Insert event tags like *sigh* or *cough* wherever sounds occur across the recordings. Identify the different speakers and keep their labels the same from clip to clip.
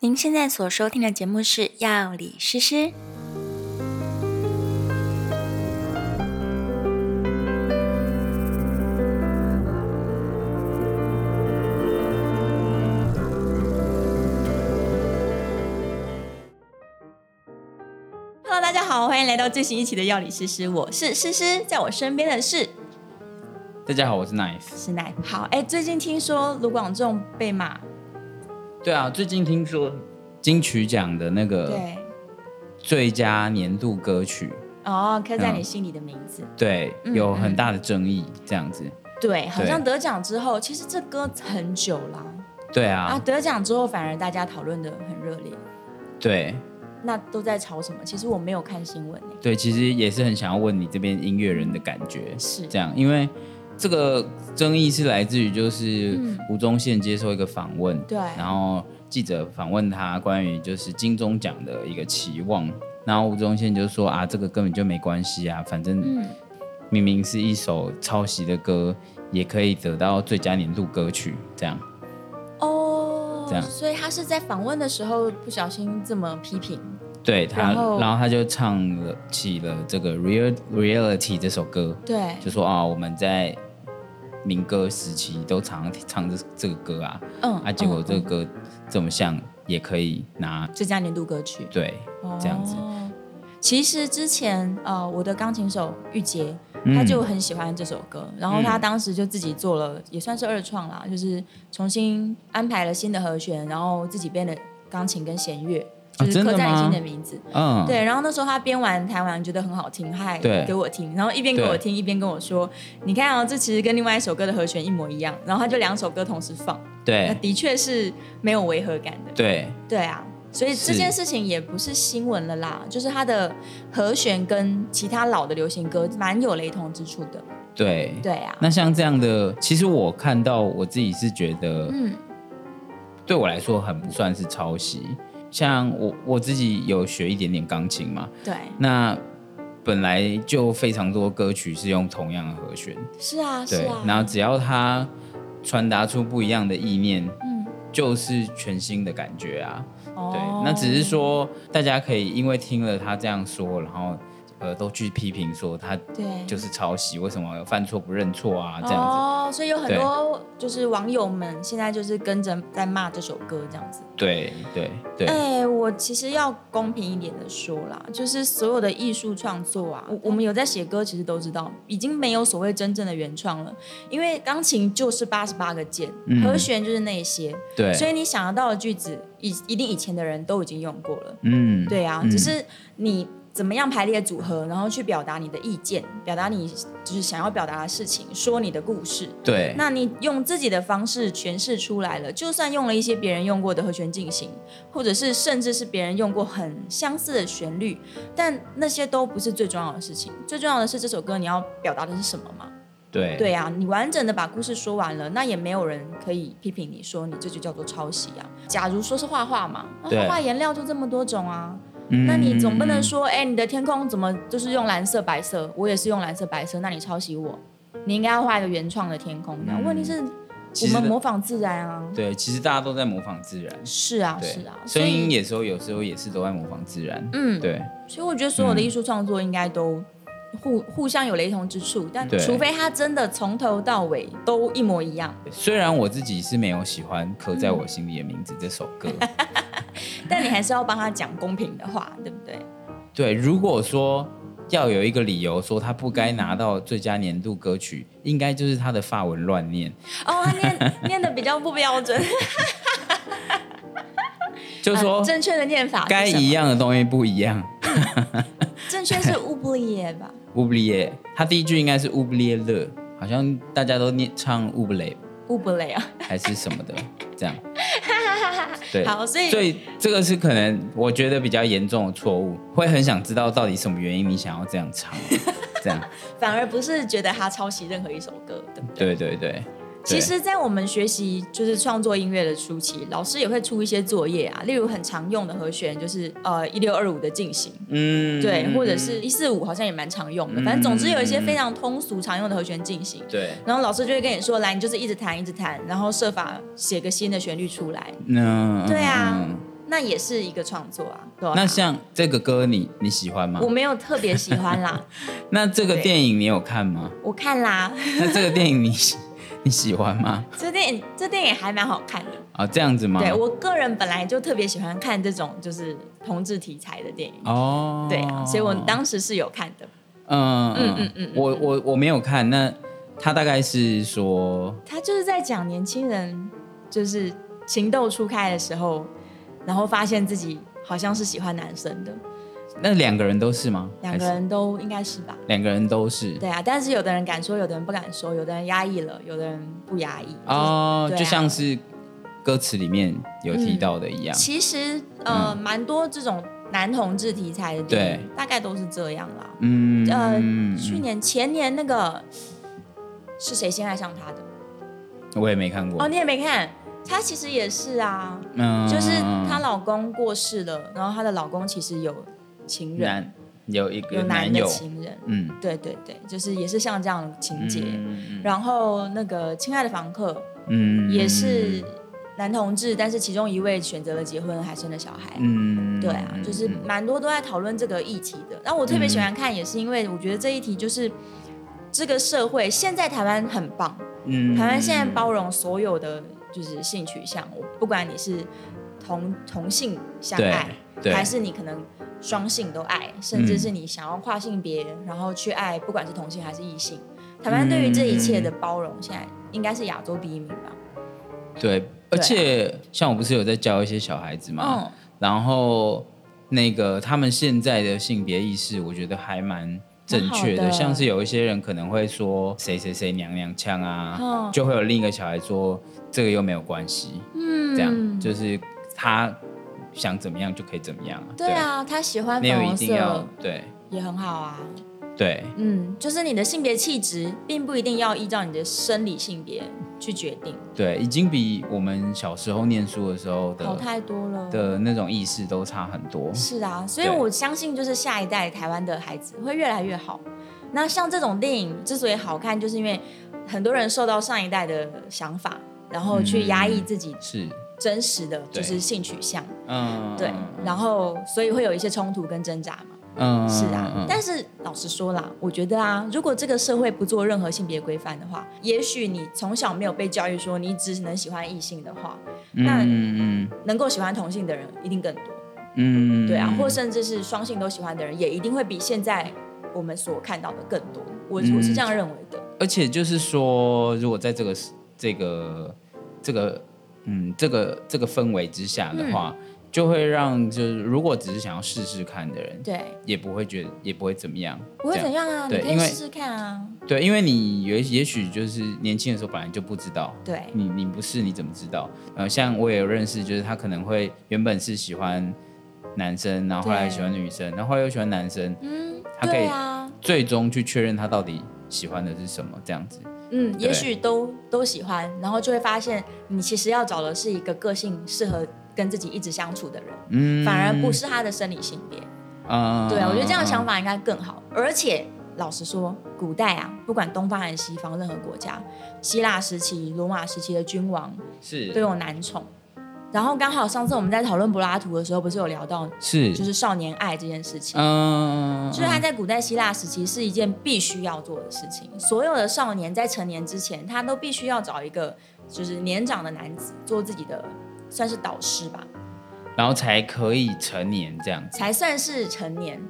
Speaker 1: 您现在所收听的节目是《药理诗诗》。Hello，大家好，欢迎来到最新一期的《药理诗诗》，我是诗诗，在我身边的是
Speaker 2: 大家好，我是 Knife。
Speaker 1: 是奶。好，哎，最近听说卢广仲被骂，
Speaker 2: 对啊，最近听说金曲奖的那个
Speaker 1: 对，
Speaker 2: 最佳年度歌曲，
Speaker 1: 哦，刻在你
Speaker 2: 嗯
Speaker 1: 心里的名字。
Speaker 2: 对，
Speaker 1: 嗯
Speaker 2: 有很大的争议，这样子。
Speaker 1: 对，好
Speaker 2: 对
Speaker 1: 像得奖之后，其实这歌很久了
Speaker 2: 对
Speaker 1: 啊，
Speaker 2: 啊，
Speaker 1: 得奖之后反而大家讨论的很热烈。
Speaker 2: 对
Speaker 1: 那都在吵什么？其实我没有看新闻欸呢、
Speaker 2: 对，其实也是很想要问你这边音乐人的感觉，
Speaker 1: 是
Speaker 2: 这样，因为这个争议是来自于就是吴宗宪接受一个访问，
Speaker 1: 嗯对
Speaker 2: 然后记者访问他关于就是金钟奖的一个期望，然后吴宗宪就说啊，这个根本就没关系啊，反正
Speaker 1: 嗯，
Speaker 2: 明明是一首抄袭的歌，也可以得到最佳年度歌曲，这样
Speaker 1: 哦
Speaker 2: 这，样
Speaker 1: 所以他是在访问的时候不小心这么批评，
Speaker 2: 对他，
Speaker 1: 然后
Speaker 2: 然后他就唱了起了这个《Real Reality》这首歌，
Speaker 1: 对，
Speaker 2: 就说啊，我们在民歌时期都常唱这这个歌啊，
Speaker 1: 嗯
Speaker 2: 啊，结果这个
Speaker 1: 嗯
Speaker 2: 歌这么像也可以拿
Speaker 1: 嗯最佳年度歌曲，
Speaker 2: 对这样子，
Speaker 1: 哦其实之前呃，我的钢琴手玉洁，
Speaker 2: 嗯
Speaker 1: 他就很喜欢这首歌，然后他当时就自己做了，也算是二创啦，就是重新安排了新的和弦，然后自己编了钢琴跟弦乐，就是
Speaker 2: 啊真的
Speaker 1: 刻在你
Speaker 2: 吗
Speaker 1: 心的名字。
Speaker 2: 嗯，
Speaker 1: 对，然后那时候他编完弹完觉得很好听，他还
Speaker 2: 对
Speaker 1: 给我听，然后一边给我
Speaker 2: 对
Speaker 1: 听一边跟我说：“你看哦，这其实跟另外一首歌的和弦一模一样。”然后他就两首歌同时放，那
Speaker 2: 对
Speaker 1: 的确是没有违和感的。
Speaker 2: 对
Speaker 1: 对啊，所以这
Speaker 2: 是
Speaker 1: 件事情也不是新闻了啦，就是它的和弦跟其他老的流行歌蛮有雷同之处的。
Speaker 2: 对。
Speaker 1: 对啊，
Speaker 2: 那像这样的，其实我看到我自己是觉得，
Speaker 1: 嗯，
Speaker 2: 对我来说很不算是抄袭。像我我自己有学一点点钢琴嘛，
Speaker 1: 对，
Speaker 2: 那本来就非常多歌曲是用同样的和弦，
Speaker 1: 是啊，是
Speaker 2: 对，
Speaker 1: 啊，
Speaker 2: 然后只要它传达出不一样的意念，
Speaker 1: 嗯，
Speaker 2: 就是全新的感觉啊。对，
Speaker 1: 哦
Speaker 2: 那只是说大家可以因为听了他这样说，然后呃都去批评说他
Speaker 1: 对，
Speaker 2: 就是抄袭，为什么犯错不认错啊这样子。
Speaker 1: 哦，所以有很多就是网友们现在就是跟着在骂这首歌这样子。
Speaker 2: 对对对，
Speaker 1: 哎、我其实要公平一点的说啦，就是所有的艺术创作啊，我我们有在写歌，其实都知道，已经没有所谓真正的原创了，因为钢琴就是八十八个键，
Speaker 2: 嗯
Speaker 1: 和弦就是那些，
Speaker 2: 对，
Speaker 1: 所以你想得到的句子，以一定以前的人都已经用过了。
Speaker 2: 嗯，
Speaker 1: 对啊，
Speaker 2: 嗯
Speaker 1: 只是你怎么样排列组合，然后去表达你的意见，表达你就是想要表达的事情，说你的故事。
Speaker 2: 对，
Speaker 1: 那你用自己的方式诠释出来了，就算用了一些别人用过的和弦进行，或者是甚至是别人用过很相似的旋律，但那些都不是最重要的事情。最重要的是这首歌你要表达的是什么嘛？
Speaker 2: 对
Speaker 1: 对啊，你完整的把故事说完了，那也没有人可以批评你说你这就叫做抄袭啊。假如说是画画嘛，那
Speaker 2: 对
Speaker 1: 画画颜料就这么多种啊，
Speaker 2: 嗯
Speaker 1: 那你总不能说，哎、你的天空怎么就是用蓝色白色，我也是用蓝色白色，那你抄袭我？你应该要画一个原创的天空。那、问题是，
Speaker 2: 嗯其
Speaker 1: 我
Speaker 2: 实
Speaker 1: 们模仿自然啊。
Speaker 2: 对，其实大家都在模仿自然。
Speaker 1: 是啊，
Speaker 2: 对，
Speaker 1: 是啊，所
Speaker 2: 声音
Speaker 1: 以
Speaker 2: 有时候有时候也是都在模仿自然。
Speaker 1: 嗯，
Speaker 2: 对嗯
Speaker 1: 所以我觉得所有的艺术创作应该都互互相有雷同之处，但
Speaker 2: 对
Speaker 1: 除非它真的从头到尾都一模一样。
Speaker 2: 虽然我自己是没有喜欢《刻
Speaker 1: 嗯
Speaker 2: 在我心里的名字》这首歌， *laughs*
Speaker 1: 但你还是要帮他讲公平的话，对不对？
Speaker 2: 对，如果说要有一个理由说他不该拿到最佳年度歌曲，应该就是他的发文乱念，
Speaker 1: 哦，他
Speaker 2: *laughs*
Speaker 1: 念念的比较不标准，
Speaker 2: 就说
Speaker 1: 呃正确的念法啊是
Speaker 2: 该
Speaker 1: 什么
Speaker 2: 一样的东西不一样。
Speaker 1: 正确
Speaker 2: *laughs*
Speaker 1: 是乌布利耶吧？
Speaker 2: 乌布列，他第一句应该是乌布列勒，好像大家都念唱乌布雷
Speaker 1: 乌布雷啊，
Speaker 2: 还是什么的，
Speaker 1: *laughs*
Speaker 2: 这样。对，
Speaker 1: 好，所以
Speaker 2: 所以这个是可能我觉得比较严重的错误，会很想知道到底什么原因你想要这
Speaker 1: *laughs*
Speaker 2: 样唱，这样，
Speaker 1: 反而不是觉得他抄袭任何一首歌，对不对？
Speaker 2: 嗯对对对，
Speaker 1: 其实，在我们学习就是创作音乐的初期，老师也会出一些作业啊，例如很常用的和弦就是呃一六二五的进行，
Speaker 2: 嗯
Speaker 1: 对，或者是一四五好像也蛮常用的，反正总之有一些非常通俗常用的和弦进行。
Speaker 2: 对，
Speaker 1: 然后老师就会跟你说，来，你就是一直弹，一直弹，然后设法写个新的旋律出来。
Speaker 2: 那
Speaker 1: 嗯
Speaker 2: 嗯
Speaker 1: 对啊，那也是一个创作啊。对啊
Speaker 2: 那像这个歌你，你喜欢吗
Speaker 1: 我？没有特别喜欢啦，
Speaker 2: 那这个
Speaker 1: 对
Speaker 2: 电影你有看
Speaker 1: *laughs*
Speaker 2: 吗？
Speaker 1: 我看啦，
Speaker 2: 那这个电影你 *laughs* 你喜欢吗？
Speaker 1: 这电影这电影还蛮好看的。
Speaker 2: 啊，这样子吗？
Speaker 1: 对我个人本来就特别喜欢看这种就是同志题材的电影，
Speaker 2: 哦，
Speaker 1: 对啊，所以我当时是有看的。嗯
Speaker 2: 嗯嗯嗯
Speaker 1: 嗯
Speaker 2: 嗯
Speaker 1: 嗯，
Speaker 2: 我我我没有看，那他大概是说，
Speaker 1: 他就是在讲年轻人就是情窦初开的时候，然后发现自己好像是喜欢男生的，
Speaker 2: 那两个人都是吗？
Speaker 1: 两个
Speaker 2: 还是
Speaker 1: 人都应该是吧？
Speaker 2: 两个人都是
Speaker 1: 对啊，但是有的人敢说，有的人不敢说，有的人压抑了，有的人不压抑。
Speaker 2: 哦，
Speaker 1: 对啊
Speaker 2: 就像是歌词里面有提到的一
Speaker 1: 就
Speaker 2: 样
Speaker 1: 是、，其实
Speaker 2: 嗯
Speaker 1: 呃，蛮多这种男同志题材的电影，大概都是这样啦。
Speaker 2: 嗯，
Speaker 1: 呃
Speaker 2: 嗯
Speaker 1: 去年前年那个是谁先爱上他的？
Speaker 2: 我也没看过
Speaker 1: 哦，，你也没看，她其实也是啊，
Speaker 2: 嗯，
Speaker 1: 就是她老公过世了，然后她的老公其实有情人，
Speaker 2: 男有一
Speaker 1: 有
Speaker 2: 个
Speaker 1: 男
Speaker 2: 男
Speaker 1: 的
Speaker 2: 友，
Speaker 1: 情人，
Speaker 2: 嗯，
Speaker 1: 对对对，就是也是像这样的情节。
Speaker 2: 嗯
Speaker 1: 然后那个《亲爱的房客
Speaker 2: 嗯》
Speaker 1: 也是男同志，但是其中一位选择了结婚，还生了小孩。
Speaker 2: 嗯，
Speaker 1: 对啊，就是
Speaker 2: 嗯
Speaker 1: 蛮多都在讨论这个议题的。然后我特别喜欢看，也是因为我觉得这一题就是这个社会现在台湾很棒，
Speaker 2: 嗯
Speaker 1: 台湾现在包容所有的就是性取向，我不管你是同同性相爱，
Speaker 2: 对对
Speaker 1: 还是你可能双性都爱，甚至是你想要跨性别，然后去爱，不管是同性还是异性，台湾对于这一切的包容，现在应该是亚洲第一名吧？
Speaker 2: 对，
Speaker 1: 啊
Speaker 2: 而且像我不是有在教一些小孩子嘛，
Speaker 1: 嗯，
Speaker 2: 然后那个他们现在的性别意识，我觉得还蛮正确的。
Speaker 1: 蛮好的
Speaker 2: 像是有一些人可能会说谁谁谁娘娘腔啊，
Speaker 1: 嗯
Speaker 2: 就会有另一个小孩说这个又没有关系，
Speaker 1: 嗯
Speaker 2: 这样就是他想怎么样就可以怎么样啊。
Speaker 1: 对，啊，他喜欢
Speaker 2: 没
Speaker 1: 粉
Speaker 2: 有一
Speaker 1: 红
Speaker 2: 定要
Speaker 1: 色
Speaker 2: 对
Speaker 1: 也很好啊。
Speaker 2: 对
Speaker 1: 嗯，就是你的性别气质，并不一定要依照你的生理性别去决定，
Speaker 2: 对，已经比我们小时候念书的时候
Speaker 1: 好
Speaker 2: 的
Speaker 1: 太多了。
Speaker 2: 的那种意识都差很多。
Speaker 1: 是啊，所以
Speaker 2: 嗯对
Speaker 1: 我相信，就是下一代台湾的孩子会越来越好。那像这种电影之所以好看，就是因为很多人受到上一代的想法，然后去压抑自己
Speaker 2: 是，
Speaker 1: 真实的就
Speaker 2: 对
Speaker 1: 是性取向，
Speaker 2: 嗯，
Speaker 1: 对，然后所以会有一些冲突跟挣扎嘛。
Speaker 2: 嗯，
Speaker 1: 是啊，
Speaker 2: 嗯
Speaker 1: 但是老实说啦，我觉得啊，如果这个社会不做任何性别规范的话，也许你从小没有被教育说你只能喜欢异性的话，那
Speaker 2: 嗯嗯
Speaker 1: 能够喜欢同性的人一定更多。
Speaker 2: 嗯，
Speaker 1: 对啊，或甚至是双性都喜欢的人，也一定会比现在我们所看到的更多。我、
Speaker 2: 嗯
Speaker 1: 我是这样认为的。
Speaker 2: 而且就是说，如果在这个这个这个嗯这个这个氛围之下的话，
Speaker 1: 嗯
Speaker 2: 就会让就是如果只是想要试试看的人，
Speaker 1: 对，
Speaker 2: 也不会觉得也不会怎么样，
Speaker 1: 不会
Speaker 2: 这
Speaker 1: 怎样啊，你
Speaker 2: 对
Speaker 1: 可以
Speaker 2: 因为
Speaker 1: 试试看啊。
Speaker 2: 对，因为你也也许就是年轻的时候本来就不知道。
Speaker 1: 对，
Speaker 2: 你你不是你怎么知道？呃，像我也有认识，就是他可能会原本是喜欢男生，然后后来
Speaker 1: 对
Speaker 2: 喜欢女生，然后后来又喜欢男生，
Speaker 1: 嗯，
Speaker 2: 他可以
Speaker 1: 对啊，
Speaker 2: 最终去确认他到底喜欢的是什么，这样子。
Speaker 1: 嗯，
Speaker 2: 对
Speaker 1: 也许都都喜欢，然后就会发现你其实要找的是一个个性适合跟自己一直相处的人，
Speaker 2: 嗯
Speaker 1: 反而不是他的生理性别。
Speaker 2: 啊
Speaker 1: 对啊，我觉得这样的想法应该更好。而且老实说，古代啊，不管东方还是西方，任何国家，希腊时期、罗马时期的君王，
Speaker 2: 是
Speaker 1: 都有男宠。然后刚好上次我们在讨论柏拉图的时候，不是有聊到
Speaker 2: 是
Speaker 1: 就是少年爱这件事情，
Speaker 2: 嗯，
Speaker 1: 就是他在古代希腊时期是一件必须要做的事情。所有的少年在成年之前，他都必须要找一个就是年长的男子做自己的算是导师吧，
Speaker 2: 然后才可以成年这样子。
Speaker 1: 才算是成年。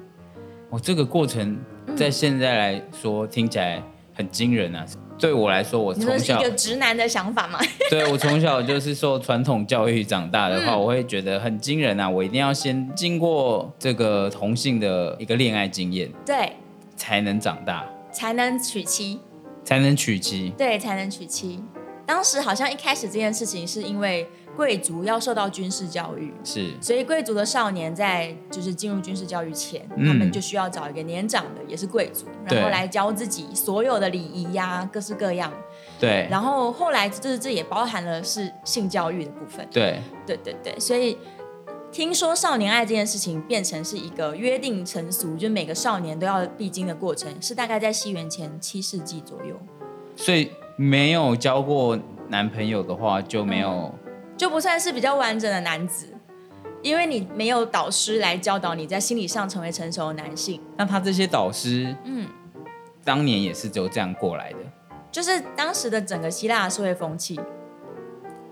Speaker 2: 我、这个过程
Speaker 1: 嗯
Speaker 2: 在现在来说、听起来很惊人啊！对我来说，我
Speaker 1: 你说
Speaker 2: 从
Speaker 1: 是一 *laughs*
Speaker 2: 小
Speaker 1: 个直男的想法吗？ *laughs*
Speaker 2: 对我从小就是受传统教育长大的
Speaker 1: 嗯
Speaker 2: 话，我会觉得很惊人啊！我一定要先经过这个同性的一个恋爱经验，
Speaker 1: 对，
Speaker 2: 才能长大，
Speaker 1: 才能娶妻。
Speaker 2: 才能娶妻。
Speaker 1: 对，才能娶妻。当时好像一开始这件事情是因为贵族要受到军事教育，
Speaker 2: 是
Speaker 1: 所以贵族的少年在就是进入军事教育前，
Speaker 2: 嗯
Speaker 1: 他们就需要找一个年长的，也是贵族，
Speaker 2: 对
Speaker 1: 然后来教自己所有的礼仪呀、各式各样。
Speaker 2: 对
Speaker 1: 然后后来就是这也包含了是性教育的部分。
Speaker 2: 对，
Speaker 1: 对对对，所以听说少年爱这件事情变成是一个约定成俗，就是每个少年都要必经的过程，是大概在西元前七世纪左右，
Speaker 2: 所以没有交
Speaker 1: 嗯
Speaker 2: 过男朋友的话，就没有、
Speaker 1: 就不算是比较完整的男子。因为你没有导师来教导你在心理上成为成熟的男性，
Speaker 2: 那他这些导师
Speaker 1: 嗯，
Speaker 2: 当年也是就这样过来的，
Speaker 1: 就是当时的整个希腊的社会风气，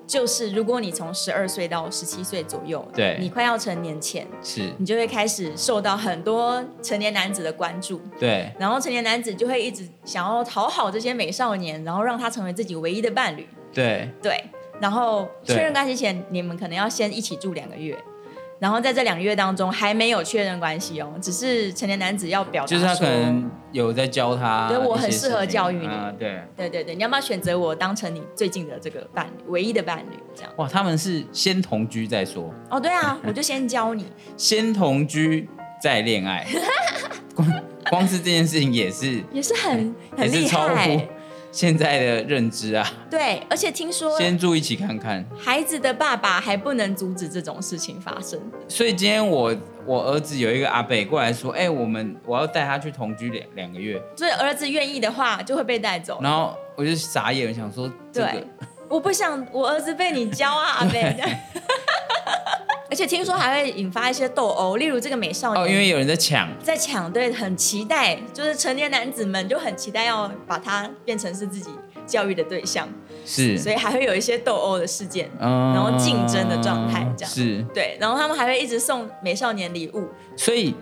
Speaker 1: 就是如果你从十二岁到十七岁左右，
Speaker 2: 对
Speaker 1: 你快要成年前，
Speaker 2: 是
Speaker 1: 你就会开始受到很多成年男子的关注，
Speaker 2: 对
Speaker 1: 然后成年男子就会一直想要讨好这些美少年，然后让他成为自己唯一的伴侣。
Speaker 2: 对
Speaker 1: 对，然后
Speaker 2: 对
Speaker 1: 确认关系前，你们可能要先一起住两个月，然后在这两个月当中还没有确认关系哦，只是成年男子要表达
Speaker 2: 就是他
Speaker 1: 说
Speaker 2: 可能有在教他一
Speaker 1: 对
Speaker 2: 些事情，
Speaker 1: 我很适合教育你
Speaker 2: 啊，对，
Speaker 1: 对对对，你要不要选择我当成你最近的这个伴侣，唯一的伴侣这样？
Speaker 2: 哇，他们是先同居再说，
Speaker 1: 哦，对啊， *laughs* 我就先教你，
Speaker 2: 先同居再
Speaker 1: *laughs*
Speaker 2: 恋爱，光光是这件事情也是
Speaker 1: 也是很
Speaker 2: 也
Speaker 1: 很
Speaker 2: 是
Speaker 1: 厉
Speaker 2: 超乎
Speaker 1: 害，
Speaker 2: 现在的认知啊，
Speaker 1: 对，而且听说
Speaker 2: 先住一起看看。
Speaker 1: 孩子的爸爸还不能阻止这种事情发生，
Speaker 2: 所以今天我我儿子有一个阿伯过来说，哎、我们我要带他去同居两两个月，
Speaker 1: 所以儿子愿意的话就会被带走。
Speaker 2: 然后我就傻眼，想说这
Speaker 1: 对
Speaker 2: 个，
Speaker 1: 我不想我儿子被你教啊，阿 *laughs* 贝。而且听说还会引发一些斗殴，例如这个美少
Speaker 2: 哦，因
Speaker 1: 年
Speaker 2: 为有人在抢，
Speaker 1: 在抢，对，很期待，就是成年男子们就很期待要把他变成是自己教育的对象，
Speaker 2: 是，
Speaker 1: 所以还会有一些斗殴的事件。
Speaker 2: 嗯
Speaker 1: 然后竞争的状态这样
Speaker 2: 是，
Speaker 1: 对，然后他们还会一直送美少年礼物，
Speaker 2: 所以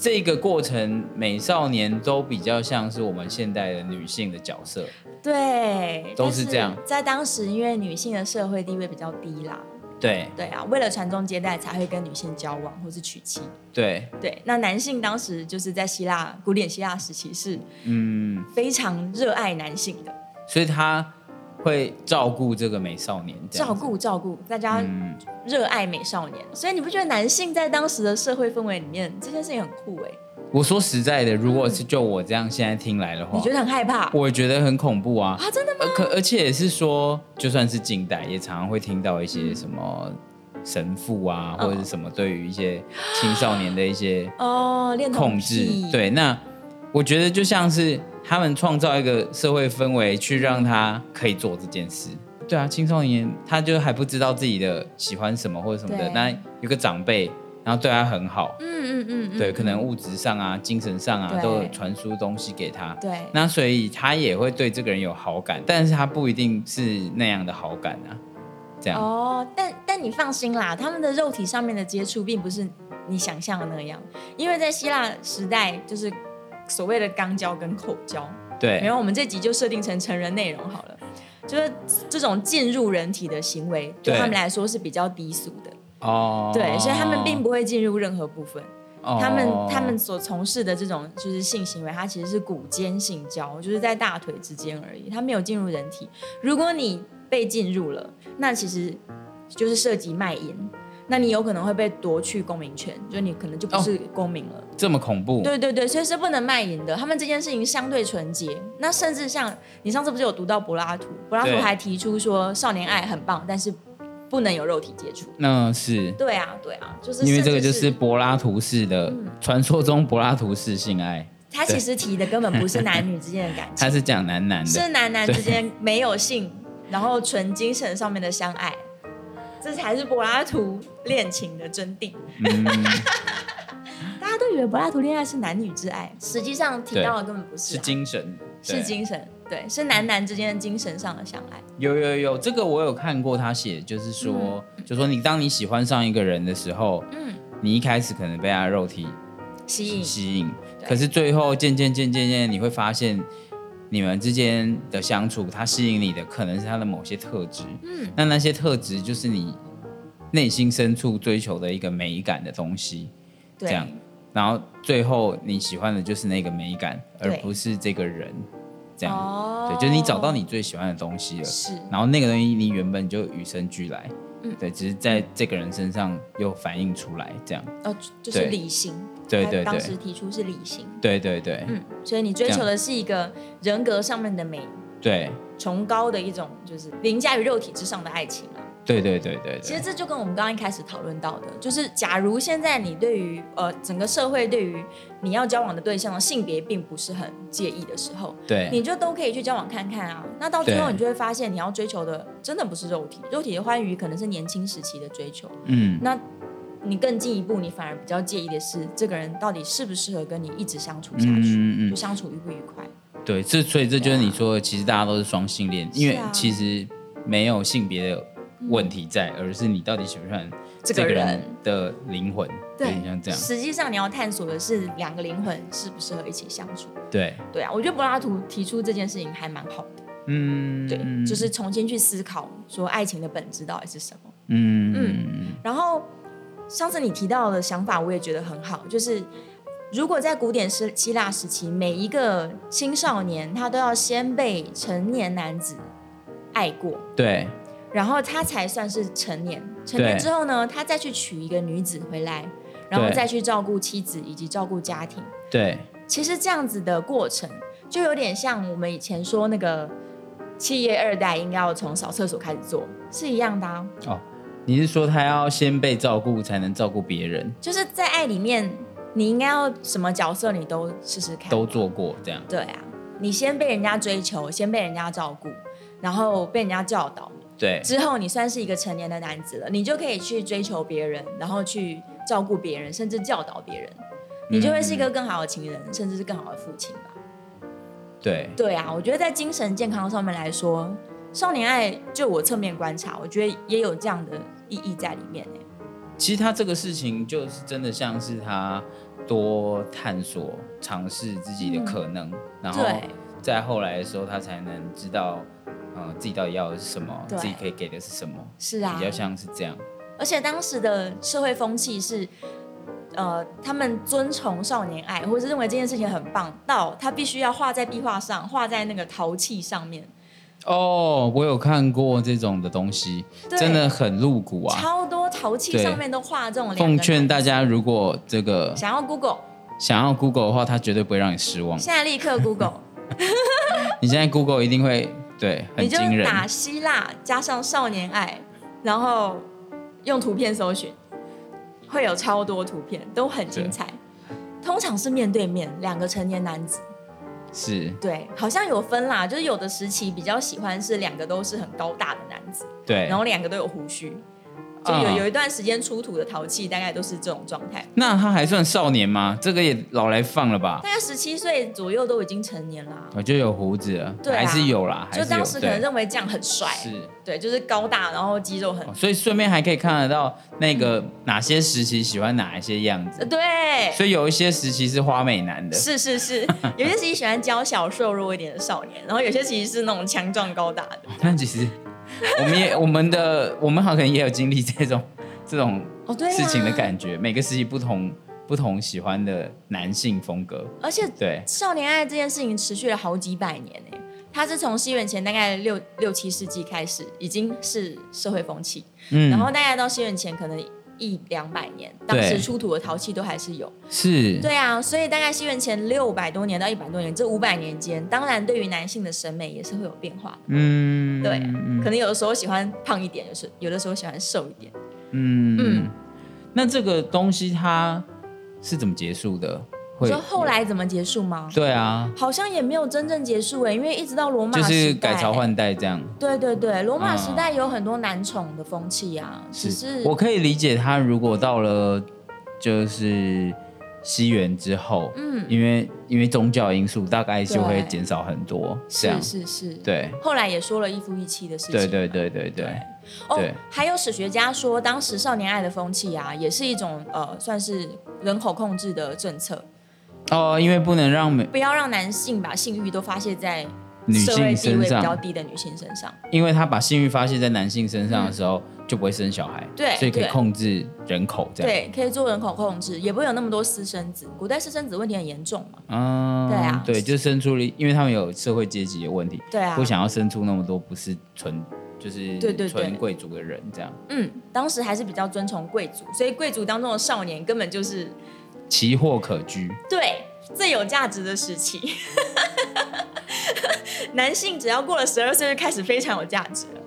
Speaker 2: 这个过程，美少年都比较像是我们现代的女性的角色，
Speaker 1: 对，
Speaker 2: 都是这样。
Speaker 1: 在当时，因为女性的社会地位比较低啦，
Speaker 2: 对
Speaker 1: 对啊，为了传宗接代才会跟女性交往或是娶妻。
Speaker 2: 对，
Speaker 1: 对，那男性当时就是在希腊古典希腊时期是
Speaker 2: 嗯，
Speaker 1: 非常热爱男性的，
Speaker 2: 所以他会照顾这个美少年，这样
Speaker 1: 照
Speaker 2: 子，
Speaker 1: 顾照顾大家
Speaker 2: 嗯，
Speaker 1: 热爱美少年，所以你不觉得男性在当时的社会氛围里面这件事情很酷哎、
Speaker 2: 我说实在的，如果是就我这样现在听来的话
Speaker 1: 你，觉得很害怕？
Speaker 2: 我觉得很恐怖啊。
Speaker 1: 啊，真的吗？
Speaker 2: 而可而且也是说，就算是近代，也常常会听到一些什么神父啊，
Speaker 1: 嗯
Speaker 2: 或者是什么对于一些青少年的
Speaker 1: *gasps*
Speaker 2: 一些
Speaker 1: 哦，恋童
Speaker 2: 控制
Speaker 1: 癖。，
Speaker 2: 对，那我觉得就像是他们创造一个社会氛围，去让他可以做这件事。对啊，青少年他就还不知道自己的喜欢什么或者什么的，
Speaker 1: 对
Speaker 2: 那有个长辈，然后对他很好，
Speaker 1: 嗯嗯嗯嗯，
Speaker 2: 对，可能
Speaker 1: 嗯
Speaker 2: 物质上啊、精神上啊
Speaker 1: 对
Speaker 2: 都有传输东西给他。
Speaker 1: 对
Speaker 2: 那所以他也会对这个人有好感，但是他不一定是那样的好感啊。这样，
Speaker 1: 哦，但但你放心啦，他们的肉体上面的接触并不是你想象的那样，因为在希腊时代就是所谓的肛交跟口交。没
Speaker 2: 对
Speaker 1: 有，我们这集就设定成成人内容好了。就是这种进入人体的行为，对
Speaker 2: 对
Speaker 1: 他们来说是比较低俗的，
Speaker 2: 哦，
Speaker 1: 对，所以他们并不会进入任何部分。
Speaker 2: 哦
Speaker 1: 他们他们所从事的这种就是性行为，它其实是骨间性交，就是在大腿之间而已，它没有进入人体。如果你被进入了，那其实就是涉及卖淫，那你有可能会被夺去公民权，就你可能就不是公民了。
Speaker 2: 这么恐怖，
Speaker 1: 对对对，所以是不能卖淫的。他们这件事情相对纯洁。那甚至像你上次不是有读到柏拉图，柏拉图
Speaker 2: 对
Speaker 1: 还提出说少年爱很棒，但是不能有肉体接触。
Speaker 2: 那是
Speaker 1: 对啊，对啊，就是嗯
Speaker 2: 因为
Speaker 1: 甚
Speaker 2: 这个
Speaker 1: 至
Speaker 2: 就是柏拉图式的传说中柏拉图式性爱，
Speaker 1: 他其实提的根本不是男女之间的感情，
Speaker 2: 他 *laughs* 是讲男男的，
Speaker 1: 是男男
Speaker 2: 对
Speaker 1: 之间没有性，然后纯精神上面的相爱，这才是柏拉图恋情的真谛。
Speaker 2: 嗯
Speaker 1: *laughs* 大家都以为柏拉图恋爱是男女之爱，实际上提到的根本不是、
Speaker 2: 是
Speaker 1: 啊，
Speaker 2: 精神，
Speaker 1: 是
Speaker 2: 对。
Speaker 1: 精神，对，是男男之间的精神上的相爱。
Speaker 2: 有有有，这个我有看过他写，就是说，就说你当你喜欢上一个人的时候，
Speaker 1: 嗯，
Speaker 2: 你一开始可能被他的肉体
Speaker 1: 吸引，
Speaker 2: 吸引，
Speaker 1: 对
Speaker 2: 可是最后渐渐渐渐渐，你会发现你们之间的相处，他吸引你的可能是他的某些特质，
Speaker 1: 嗯，
Speaker 2: 那那些特质就是你内心深处追求的一个美感的东西，
Speaker 1: 对，
Speaker 2: 这样然后最后你喜欢的就是那个美感，而
Speaker 1: 对
Speaker 2: 不是这个人，这样。
Speaker 1: 哦
Speaker 2: 对，就是你找到你最喜欢的东西了，
Speaker 1: 是，
Speaker 2: 然后那个东西你原本就与生俱来，
Speaker 1: 嗯
Speaker 2: 对，只是在这个人身上又反映出来，这样，
Speaker 1: 哦，就是
Speaker 2: 对
Speaker 1: 理性，
Speaker 2: 对
Speaker 1: 他
Speaker 2: 对
Speaker 1: 当时
Speaker 2: 对，
Speaker 1: 提出是理性，
Speaker 2: 对对对、
Speaker 1: 嗯，所以你追
Speaker 2: 这样
Speaker 1: 求的是一个人格上面的美，
Speaker 2: 对
Speaker 1: 崇高的一种，就是凌驾于肉体之上的爱情啊。
Speaker 2: 对对对对
Speaker 1: 其实
Speaker 2: 对，
Speaker 1: 这就跟我们刚刚一开始讨论到的，就是假如现在你对于呃整个社会对于你要交往的对象的性别并不是很介意的时候，
Speaker 2: 对
Speaker 1: 你就都可以去交往看看啊。那到最后
Speaker 2: 对
Speaker 1: 你就会发现，你要追求的真的不是肉体，肉体的欢愉可能是年轻时期的追求，
Speaker 2: 嗯，
Speaker 1: 那你更进一步，你反而比较介意的是这个人到底适不适合跟你一直相处下去，
Speaker 2: 嗯嗯
Speaker 1: 就
Speaker 2: 嗯，
Speaker 1: 相处愉不愉快。
Speaker 2: 对，这所以这就是你说的，其实大家都是双性恋，因为
Speaker 1: 是啊
Speaker 2: 其实没有性别的问题在，而是你到底喜不喜欢
Speaker 1: 这
Speaker 2: 这
Speaker 1: 个
Speaker 2: 个
Speaker 1: 人
Speaker 2: 人的灵魂，有
Speaker 1: 对
Speaker 2: 点，像这样，
Speaker 1: 实际上你要探索的是两个灵魂适不适合一起相处。
Speaker 2: 对，
Speaker 1: 对啊，我觉得柏拉图提出这件事情还蛮好的，
Speaker 2: 嗯，
Speaker 1: 对，
Speaker 2: 嗯
Speaker 1: 就是重新去思考说爱情的本质到底是什么。
Speaker 2: 嗯
Speaker 1: 嗯
Speaker 2: 嗯
Speaker 1: 然后上次你提到的想法，我也觉得很好，就是如果在古典时希腊时期，每一个青少年他都要先被成年男子爱过，
Speaker 2: 对，
Speaker 1: 然后他才算是成年。成年
Speaker 2: 对
Speaker 1: 之后呢，他再去娶一个女子回来，然后
Speaker 2: 对
Speaker 1: 再去照顾妻子以及照顾家庭。
Speaker 2: 对，
Speaker 1: 其实这样子的过程，就有点像我们以前说那个企业二代应该要从扫厕所开始做，是一样的、啊。
Speaker 2: 哦，你是说他要先被照顾才能照顾别人，
Speaker 1: 就是在爱里面，你应该要什么角色你都试试看。
Speaker 2: 都做过这样，
Speaker 1: 对啊，你先被人家追求，先被人家照顾，然后被人家教导，
Speaker 2: 对，
Speaker 1: 之后你算是一个成年的男子了，你就可以去追求别人，然后去照顾别人，甚至教导别人，你就会是一
Speaker 2: 嗯
Speaker 1: 个更好的情人，甚至是更好的父亲吧。
Speaker 2: 对，
Speaker 1: 对啊，我觉得在精神健康上面来说，少年爱就我侧面观察，我觉得也有这样的意义在里面、欸、
Speaker 2: 其实他这个事情就是真的像是他多探索、尝试自己的可能，然后
Speaker 1: 嗯对
Speaker 2: 再后来的时候，他才能知道，呃，自己到底要的是什么，
Speaker 1: 对
Speaker 2: 自己可以给的是什么，
Speaker 1: 是啊
Speaker 2: 比，较像是这样。
Speaker 1: 而且当时的社会风气是，呃，他们尊崇少年爱，或者是认为这件事情很棒，到他必须要画在壁画上，画在那个陶器上面，
Speaker 2: 哦，我有看过这种的东西，
Speaker 1: 对
Speaker 2: 真的很露骨啊！
Speaker 1: 超多陶器
Speaker 2: 对
Speaker 1: 上面都画这种两个人。
Speaker 2: 奉劝大家，如果这个
Speaker 1: 想要 Google，
Speaker 2: 想要 Google 的话，他绝对不会让你失望。
Speaker 1: 现在立刻 Google，
Speaker 2: 你现在 Google 一定会对很
Speaker 1: 啊你就
Speaker 2: 惊人，
Speaker 1: 打希腊加上少年爱，然后用图片搜寻，会有超多图片，都很精彩。通常是面对面，两个成年男子。
Speaker 2: 是
Speaker 1: 对，好像有分啦，就是有的时期比较喜欢是两个都是很高大的男子，
Speaker 2: 对。
Speaker 1: 然后两个都有胡须，就有、
Speaker 2: 啊
Speaker 1: 有一段时间出土的陶器大概都是这种状态，
Speaker 2: 那他还算少年吗？这个也老来放了吧？
Speaker 1: 大概十七岁左右都已经成年啦。
Speaker 2: 哦我就有胡子了，
Speaker 1: 对啊
Speaker 2: 还是有啦，还
Speaker 1: 就
Speaker 2: 是有。
Speaker 1: 当时可能
Speaker 2: 对
Speaker 1: 认为这样很帅，
Speaker 2: 是、
Speaker 1: 对，就是高大，然后肌肉很
Speaker 2: 哦，所以顺便还可以看得到那个哪些时期喜欢哪一些样
Speaker 1: 呃
Speaker 2: 子。
Speaker 1: 对，
Speaker 2: 所以有一些时期是花美男的， *laughs*
Speaker 1: 是是 *laughs* 是，有些时期喜欢娇小瘦弱一点的少年，然后有些其实是那种强壮高大的。
Speaker 2: 那其实我们也我们的我们好像可能也有经历这种 *laughs* 这种
Speaker 1: 哦，对、啊，
Speaker 2: 事情的感觉，每个时期不同不同喜欢的男性风格，
Speaker 1: 而且
Speaker 2: 对
Speaker 1: 少年爱这件事情持续了好几百年呢、它是从西元前大概六六七世纪开始，已经是社会风气，
Speaker 2: 嗯
Speaker 1: 然后大概到西元前可能一两百年，当时出土的陶器都还是有。
Speaker 2: 是
Speaker 1: 对啊，所以大概西元前六百多年到一百多年这五百年间，当然对于男性的审美也是会有变化的。
Speaker 2: 嗯
Speaker 1: 对
Speaker 2: 嗯
Speaker 1: 可能有的时候喜欢胖一点，有时有的时候喜欢瘦一点。
Speaker 2: 嗯
Speaker 1: 嗯
Speaker 2: 嗯，那这个东西它是怎么结束的？
Speaker 1: 你
Speaker 2: 会
Speaker 1: 说后来怎么结束吗？
Speaker 2: 对啊，
Speaker 1: 好像也没有真正结束哎、因为一直到罗马
Speaker 2: 就是
Speaker 1: 时代
Speaker 2: 改朝换代这样。
Speaker 1: 对对对，罗马时代有很多男宠的风气啊，只是
Speaker 2: 我可以理解他如果到了就是西元之后，嗯，因为因为宗教因素大概就会
Speaker 1: 对
Speaker 2: 减少很多，这样
Speaker 1: 是是是，
Speaker 2: 对
Speaker 1: 后来也说了一夫一妻的事情，
Speaker 2: 对对对对对
Speaker 1: 对哦
Speaker 2: 对，
Speaker 1: 还有史学家说，当时少年爱的风气啊，也是一种呃，算是人口控制的政策，
Speaker 2: 哦，因为不能让每
Speaker 1: 不要让男性把性欲都发泄在
Speaker 2: 女
Speaker 1: 社会
Speaker 2: 性
Speaker 1: 地位
Speaker 2: 身
Speaker 1: 比较
Speaker 2: 上，
Speaker 1: 低的女性身上。
Speaker 2: 因为他把性欲发泄在男性身上的时候，就不会生小孩，
Speaker 1: 嗯对
Speaker 2: 所以可以
Speaker 1: 对
Speaker 2: 控制人口这样，
Speaker 1: 对，可以做人口控制，也不会有那么多私生子。古代私生子问题很严重嘛，
Speaker 2: 嗯，
Speaker 1: 对啊
Speaker 2: 对，就生出了，因为他们有社会阶级的问题，
Speaker 1: 对啊
Speaker 2: 不，想要生出那么多不是纯就是
Speaker 1: 对对对
Speaker 2: 纯贵族的人这样，
Speaker 1: 嗯，当时还是比较尊崇贵族，所以贵族当中的少年根本就是
Speaker 2: 奇货可居，
Speaker 1: 对，最有价值的时期。 *laughs* 男性只要过了十二岁就开始非常有价值了，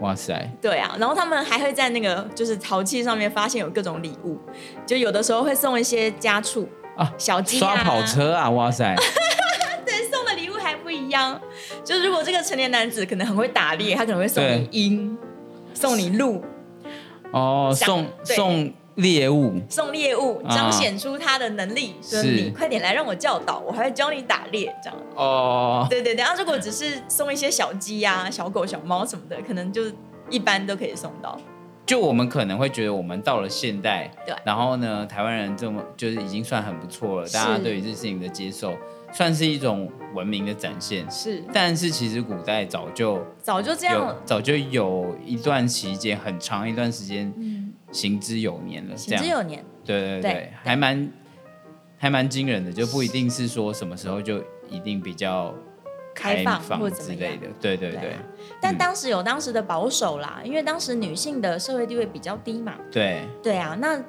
Speaker 2: 哇塞，
Speaker 1: 对啊，然后他们还会在那个就是陶器上面发现有各种礼物，就有的时候会送一些家畜
Speaker 2: 啊
Speaker 1: 小鸡
Speaker 2: 刷
Speaker 1: 啊
Speaker 2: 跑车啊，
Speaker 1: *laughs*
Speaker 2: 哇塞，
Speaker 1: 送的礼物还不一样。就如果这个成年男子可能很会打猎，他可能会送你鹰，送你鹿，
Speaker 2: 哦，
Speaker 1: 想
Speaker 2: 送
Speaker 1: 对
Speaker 2: 送猎物，
Speaker 1: 送猎物，
Speaker 2: 啊
Speaker 1: 彰显出他的能力，说你
Speaker 2: 是
Speaker 1: 快点来让我教导，我还会教你打猎这样。
Speaker 2: 哦，
Speaker 1: 对对对，然后如果只是送一些小鸡呀、小狗、小猫什么的，可能就一般都可以送到。
Speaker 2: 就我们可能会觉得我们到了现代，
Speaker 1: 对
Speaker 2: 然后呢，台湾人这么就是已经算很不错了，大家
Speaker 1: 是
Speaker 2: 对于这事情的接受，算是一种文明的展现。
Speaker 1: 是，
Speaker 2: 但是其实古代早就
Speaker 1: 早就这样
Speaker 2: 有
Speaker 1: 了。
Speaker 2: 早就有一段期间，很长一段时间
Speaker 1: 嗯，
Speaker 2: 行之有年了，这
Speaker 1: 行
Speaker 2: 样
Speaker 1: 之有年，
Speaker 2: 对对对，
Speaker 1: 对
Speaker 2: 还蛮还蛮惊人的，就不一定是说什么时候就一定比较
Speaker 1: 开
Speaker 2: 放
Speaker 1: 放或怎
Speaker 2: 之
Speaker 1: 么
Speaker 2: 类
Speaker 1: 样。
Speaker 2: 的，对对
Speaker 1: 对
Speaker 2: 对对
Speaker 1: 啊但
Speaker 2: 嗯
Speaker 1: 当时有当时的保守啦，因为当时女性的社会地位比较低嘛。对啊，那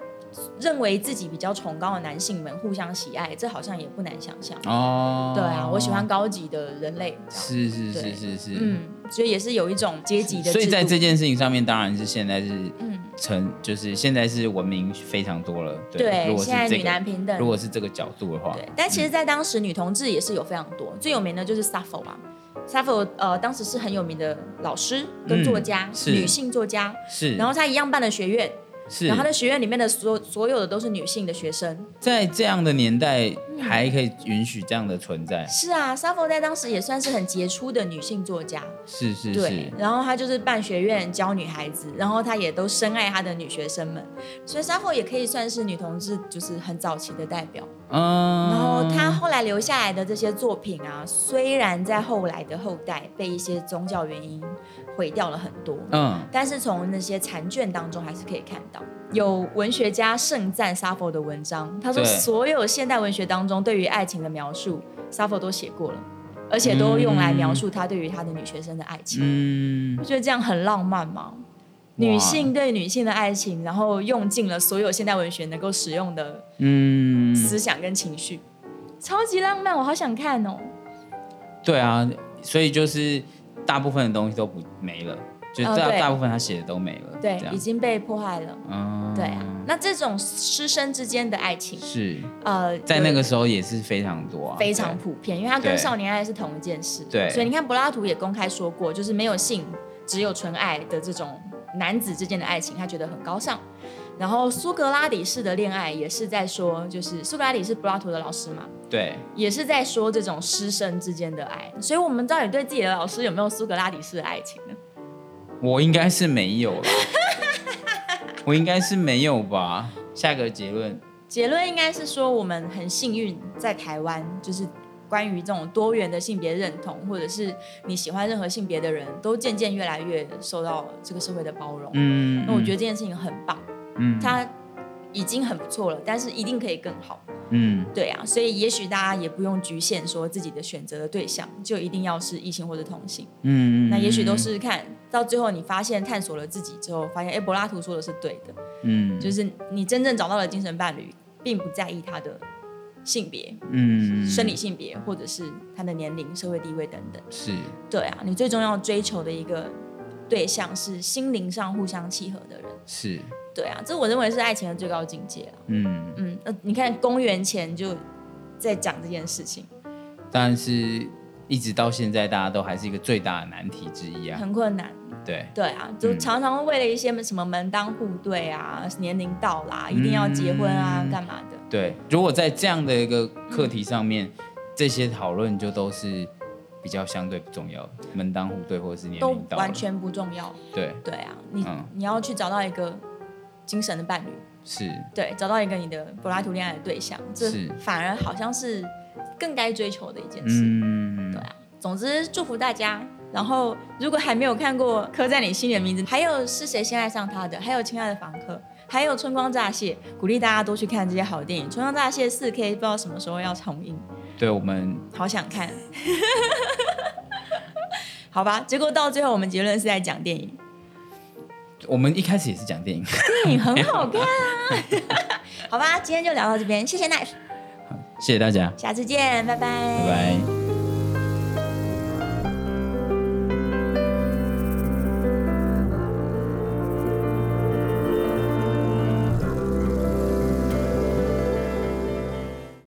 Speaker 1: 认为自己比较崇高的男性们互相喜爱，这好像也不难想象。
Speaker 2: 哦，
Speaker 1: 对啊，我喜欢高级的人类。这样
Speaker 2: 是是
Speaker 1: 对
Speaker 2: 是是是，
Speaker 1: 嗯，所以也是有一种阶级的制度。
Speaker 2: 所以在这件事情上面，当然是现在是
Speaker 1: 嗯，
Speaker 2: 成，就是现在是文明非常多了，对，如
Speaker 1: 对，
Speaker 2: 果是
Speaker 1: 现在
Speaker 2: 这
Speaker 1: 女
Speaker 2: 个
Speaker 1: 男平等
Speaker 2: 如。果是嗯这个角度的话，
Speaker 1: 对，但其实，在当时女同志也是有非常多，最有名的就是 Sappho 啊。Sappho 呃，当时是很有名的老师跟作家，
Speaker 2: 嗯是
Speaker 1: 女性作家。
Speaker 2: 是，
Speaker 1: 然后她一样办了学院，
Speaker 2: 是，
Speaker 1: 然后她的学院里面的所所有的都是女性的学生。
Speaker 2: 在这样的年代
Speaker 1: 嗯
Speaker 2: 还可以允许这样的存在，
Speaker 1: 是啊，Sappho 在当时也算是很杰出的女性作家。
Speaker 2: 是是
Speaker 1: 对
Speaker 2: 是，，
Speaker 1: 然后她就是办学院教女孩子，然后她也都深爱她的女学生们，所以 Sappho 也可以算是女同志就是很早期的代表。
Speaker 2: 嗯，
Speaker 1: 然后她后来留下来的这些作品啊，虽然在后来的后代被一些宗教原因毁掉了很多，
Speaker 2: 嗯，
Speaker 1: 但是从那些残卷当中还是可以看到，有文学家盛赞 Sappho 的文章，他说
Speaker 2: 对
Speaker 1: 所有现代文学当中对于爱情的描述，Sappho 都写过了，而且都用来描述他对于他的女学生的爱情。
Speaker 2: 嗯
Speaker 1: 不，觉得这样很浪漫吗？女性对女性的爱情，然后用尽了所有现代文学能够使用的
Speaker 2: 嗯，
Speaker 1: 思想跟情绪，超级浪漫，我好想看哦。
Speaker 2: 对啊，所以就是大部分的东西都不没了，就
Speaker 1: 哦
Speaker 2: 大、
Speaker 1: 对
Speaker 2: 大部分他写的都没了，
Speaker 1: 对
Speaker 2: 这，
Speaker 1: 已
Speaker 2: 样，
Speaker 1: 经被迫害了。
Speaker 2: 嗯，
Speaker 1: 对啊，那这种师生之间的爱情，
Speaker 2: 是
Speaker 1: 呃，
Speaker 2: 在那
Speaker 1: 有
Speaker 2: 个时候也是非常多啊，
Speaker 1: 非常普遍，因为它跟
Speaker 2: 对
Speaker 1: 少年爱是同一件事。
Speaker 2: 对
Speaker 1: 所以你看柏拉图也公开说过，就是没有性，只有纯爱的这种男子之间的爱情，他觉得很高尚。然后苏格拉底式的恋爱也是在说，就是苏格拉底是柏拉图的老师嘛，
Speaker 2: 对
Speaker 1: 也是在说这种师生之间的爱。所以，我们到底对自己的老师有没有苏格拉底式的爱情呢？
Speaker 2: 对，我应该是没有了，我应该是没有吧。 *laughs* 下个结论，
Speaker 1: 结论应该是说，我们很幸运在台湾，就是关于这种多元的性别认同，或者是你喜欢任何性别的人，都渐渐越来越受到这个社会的包容。
Speaker 2: 嗯，
Speaker 1: 那我觉得
Speaker 2: 得，
Speaker 1: 这件事情很棒，
Speaker 2: 嗯，
Speaker 1: 它已经很不错了，但是一定可以更好。
Speaker 2: 嗯，
Speaker 1: 对啊，所以也许大家也不用局限说自己的选择的对象就一定要是异性或者同性，
Speaker 2: 嗯，嗯
Speaker 1: 那也许都，试试看。到最后，你发现探索了自己之后，发现哎，柏拉图说的是对的，
Speaker 2: 嗯，
Speaker 1: 就是你真正找到了精神伴侣，并不在意他的性别、
Speaker 2: 嗯，
Speaker 1: 生理性别，或者是他的年龄、社会地位等等。
Speaker 2: 是，
Speaker 1: 对啊，你最重要追求的一个对象是心灵上互相契合的人。
Speaker 2: 是，
Speaker 1: 对啊，这我认为是爱情的最高境界了。
Speaker 2: 嗯，
Speaker 1: 嗯，那你看公元前就在讲这件事情，
Speaker 2: 但是一直到现在，大家都还是一个最大的难题之一啊。
Speaker 1: 很困难。
Speaker 2: 对，
Speaker 1: 对啊，就
Speaker 2: 嗯
Speaker 1: 常常为了一些什么门当户对啊、年龄到啦、一定要结婚啊、
Speaker 2: 嗯
Speaker 1: 干嘛的。
Speaker 2: 对，如果在这样的一个课题上面，这些讨论就都是比较相对不重要的，门当户对或者是年
Speaker 1: 都
Speaker 2: 龄到了
Speaker 1: 完全不重要，
Speaker 2: 对，
Speaker 1: 对啊，你、
Speaker 2: 嗯
Speaker 1: 你要去找到一个精神的伴侣，
Speaker 2: 是
Speaker 1: 对，找到一个你的柏拉图恋爱的对象，这
Speaker 2: 是
Speaker 1: 反而好像是更该追求的一件事。
Speaker 2: 嗯，
Speaker 1: 对啊，总之祝福大家。然后，如果还没有看过《刻在你心里的名字》，还有是谁先爱上他的，还有《亲爱的房客》，还有《春光乍泄》，鼓励大家多去看这些好电影。《春光乍泄》四 K 不知道什么时候要重映，
Speaker 2: 对我们
Speaker 1: 好想看。 *laughs* 好吧，结果到最后我们结论是在讲电影，
Speaker 2: 我们一开始也是讲电影， *laughs*
Speaker 1: 电影很好看啊。 *laughs* 好吧，今天就聊到这边，谢谢 Knife，
Speaker 2: 谢谢大家，
Speaker 1: 下次见，拜拜，
Speaker 2: 拜拜。